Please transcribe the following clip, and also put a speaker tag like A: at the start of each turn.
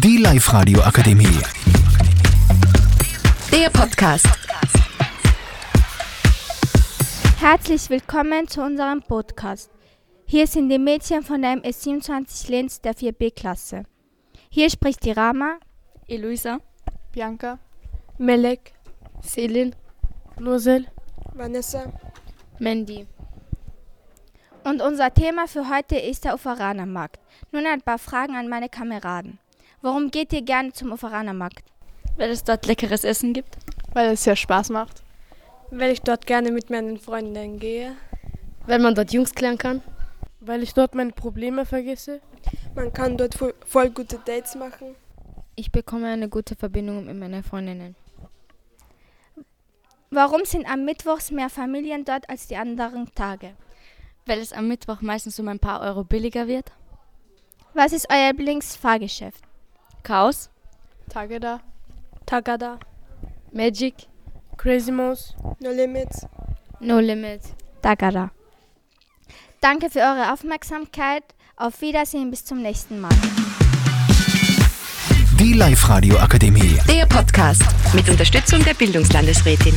A: Live radio akademie
B: Der Podcast.
C: Herzlich willkommen zu unserem Podcast. Hier sind die Mädchen von der MS27 Linz der 4B-Klasse. Hier spricht die Rama,
D: Eloisa,
E: Bianca,
D: Melek,
E: Selin,
D: Nursel,
E: Vanessa,
D: Mandy.
C: Und unser Thema für heute ist der Uferanermarkt. Nun ein paar Fragen an meine Kameraden. Warum geht ihr gerne zum Uferanermarkt?
D: Weil es dort leckeres Essen gibt.
E: weil es ja Spaß macht.
F: Weil ich dort gerne mit meinen Freunden gehe.
G: Weil man dort Jungs klären kann.
H: Weil ich dort meine Probleme vergesse.
F: Man kann dort vo- voll gute Dates machen.
I: Ich bekomme eine gute Verbindung mit meinen Freundinnen.
C: Warum sind am Mittwochs mehr Familien dort als die anderen Tage?
D: Weil es am Mittwoch meistens um ein paar Euro billiger wird.
C: Was ist euer Lieblingsfahrgeschäft?
D: Chaos.
E: Tage da.
F: Tagada,
G: Magic.
H: Crazy Mouse.
F: No Limits.
I: No Limit.
C: Dagara. Danke für eure Aufmerksamkeit. Auf Wiedersehen bis zum nächsten Mal.
A: Die Live radio akademie
B: Der Podcast mit Unterstützung der Bildungslandesrätin.